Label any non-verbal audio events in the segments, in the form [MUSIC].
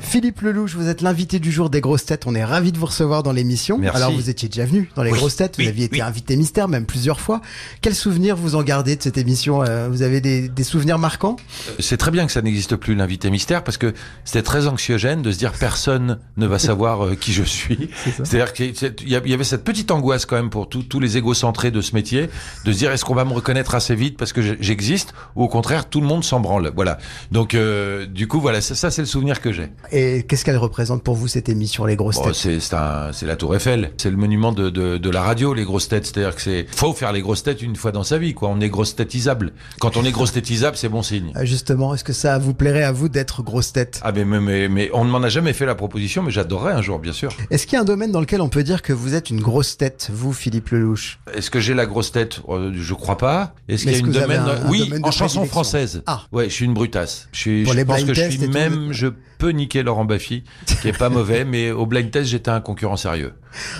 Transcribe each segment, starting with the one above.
Philippe Lelouch, vous êtes l'invité du jour des grosses têtes. On est ravi de vous recevoir dans l'émission. Merci. Alors vous étiez déjà venu dans les Oui, grosses têtes, vous oui, aviez été oui. invité mystère même plusieurs fois. Quels souvenirs vous en gardez de cette émission Euh, Vous avez des, des souvenirs marquants C'est très bien que ça n'existe plus l'invité mystère parce que c'était très anxiogène de se dire personne ne va savoir euh, qui je suis. C'est-à-dire qu'il y a- il y avait cette petite angoisse quand même pour tous- tous les égocentrés de ce métier de se dire est-ce qu'on va me reconnaître assez vite parce que je- j'existe ou au contraire tout le monde s'en branle. Voilà. Donc euh, du coup voilà ça, ça, c'est le souvenir que j'ai. Et qu'est-ce qu'elle représente pour vous cette émission les grosses Bon, têtes c'est c'est un- c'est la Tour Eiffel, c'est le monument de, de, de la radio les grosses têtes. C'est-à-dire que c'est faut faire les grosses têtes une fois dans sa vie quoi. On est grosse têtisable. Quand on est grosse têtisable c'est bon signe. Euh, Justement, est-ce que ça vous plairait à vous d'être grosse tête Ah mais, mais, mais, mais on ne m'en a jamais fait la proposition, mais j'adorerais un jour, bien sûr. Est-ce qu'il y a un domaine dans lequel on peut dire que vous êtes une grosse tête, vous Philippe Lelouch Est-ce que j'ai la grosse tête Euh, Je crois pas. Est-ce Mais qu'il y a est-ce une que vous avez domaine un- un Oui, domaine de en chanson prédilection française. Ah. Ouais, je suis une brutasse. Je, suis, Pour je les pense blind que je tests suis et tout, même, vous êtes- je peux niquer Laurent Baffy, qui [LAUGHS] est pas mauvais, mais au blind test j'étais un concurrent sérieux.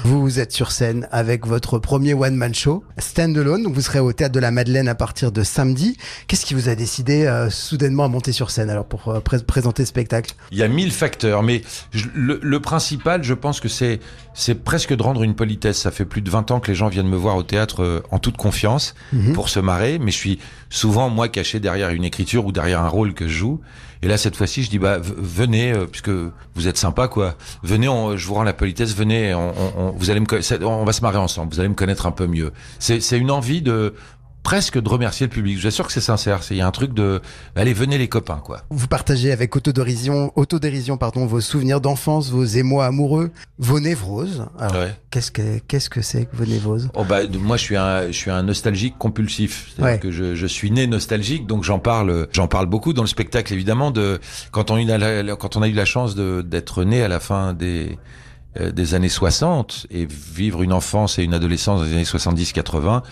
Vous êtes sur scène avec votre premier one-man show, Stand Alone. Donc vous serez au Théâtre de la Madeleine à partir de samedi. Qu'est-ce qui vous a décidé euh, soudainement à monter sur scène alors pour euh, pré- présenter ce spectacle Il y a mille facteurs, mais je- le, le principal, je pense que c'est c'est presque de rendre une politesse. Ça fait plus de 20 ans que les gens viennent me voir au théâtre euh, en toute confiance pour se marrer, mais je suis souvent moi caché derrière une écriture ou derrière un rôle que je joue. Et là, cette fois-ci, je dis bah v- venez euh, puisque vous êtes sympa quoi. Venez, on- je vous rends la politesse. Venez, on, on- on- vous allez me co- ça- on va se marrer ensemble. Vous allez me connaître un peu mieux. C'est c'est une envie de presque de remercier le public. Je vous assure que c'est sincère. C'est- Il y a un truc de allez venez les copains quoi. Vous partagez avec autodérision, autodérision pardon, vos souvenirs d'enfance, vos émois amoureux, vos névroses. Alors, Ouais. qu'est-ce que qu'est-ce que c'est que vos névroses Oh bah, de- moi, je suis un, je suis un nostalgique compulsif. C'est-à-dire Ouais. que je, je suis né nostalgique, donc j'en parle, j'en parle beaucoup dans le spectacle, évidemment, de quand on a eu la- la, quand on a eu la chance de- d'être né à la fin des euh, des années 60 et vivre une enfance et une adolescence dans les années 70-80,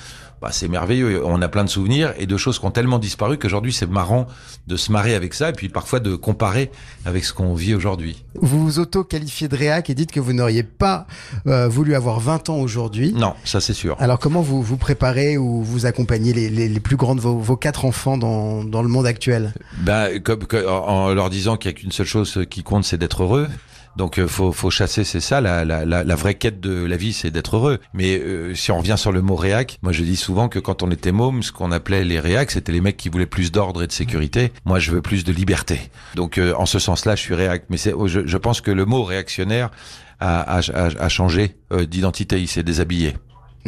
bah c'est merveilleux. On a plein de souvenirs et de choses qui ont tellement disparu qu'aujourd'hui c'est marrant de se marrer avec ça et puis parfois de comparer avec ce qu'on vit aujourd'hui. Vous vous auto-qualifiez de réac et dites que vous n'auriez pas euh, voulu avoir 20 ans aujourd'hui. Non, ça c'est sûr. Alors comment vous vous préparez ou vous accompagnez les, les, les plus grandes, vos, vos quatre enfants dans, dans le monde actuel Ben, comme, que- en en leur disant qu'il n'y a qu'une seule chose qui compte, c'est d'être heureux. Donc euh, faut, faut chasser, c'est ça, la, la, la, la vraie quête de la vie, c'est d'être heureux. Mais euh, si on revient sur le mot réac, moi je dis souvent que quand on était môme, ce qu'on appelait les réacs, c'était les mecs qui voulaient plus d'ordre et de sécurité. Moi je veux plus de liberté. Donc euh, en ce sens-là, je suis réac. Mais c'est, oh, je, je pense que le mot réactionnaire a, a, a- a changé euh, d'identité, il s'est déshabillé.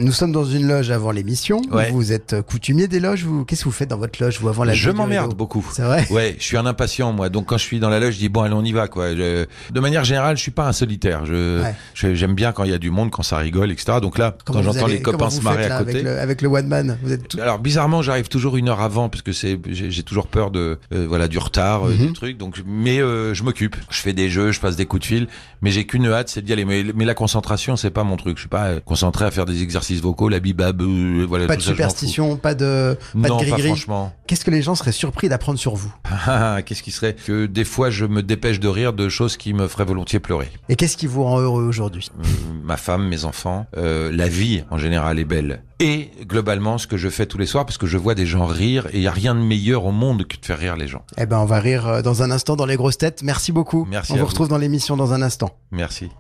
Nous sommes dans une loge avant l'émission. Ouais. Vous êtes euh, coutumier des loges. Vous, qu'est-ce que vous faites dans votre loge vous avant la je levée du m'emmerde rideau beaucoup. C'est vrai. Ouais, je suis un impatient moi. Donc quand je suis dans la loge, je dis bon, allez, on y va quoi. Je- De manière générale, je suis pas un solitaire. Je Ouais. je- j'aime bien quand il y a du monde, quand ça rigole, etc. Donc là, Comment quand vous j'entends allez- les copains comment se vous marrer faites, à là, côté. Euh, Avec le, avec le one man, vous êtes tout. Alors bizarrement, j'arrive toujours une heure avant parce que c'est j'ai j'ai toujours peur de euh, voilà du retard, euh, Mhm. du truc. Donc je- mais euh, je m'occupe, je fais des jeux, je passe des coups de fil, mais j'ai qu'une hâte, c'est d'y aller. Mais, mais la concentration, c'est pas mon truc. Je suis pas euh, concentré à faire des exercices vocaux, la bibab, euh, voilà. Pas de tout ça, je m'en fous. superstition, pas de, pas non, de pas gris-gris. franchement. Qu'est-ce que les gens seraient surpris d'apprendre sur vous Ah, ah, Qu'est-ce qui serait que des fois je me dépêche de rire de choses qui me feraient volontiers pleurer. Et qu'est-ce qui vous rend heureux aujourd'hui Euh, Ma femme, mes enfants, euh, la vie en général est belle. Et globalement, ce que je fais tous les soirs, parce que je vois des gens rire, et il y a rien de meilleur au monde que de faire rire les gens. Eh ben, on va rire euh, dans un instant dans les grosses têtes. Merci beaucoup. Merci On à vous vous. retrouve dans l'émission dans un instant. Merci.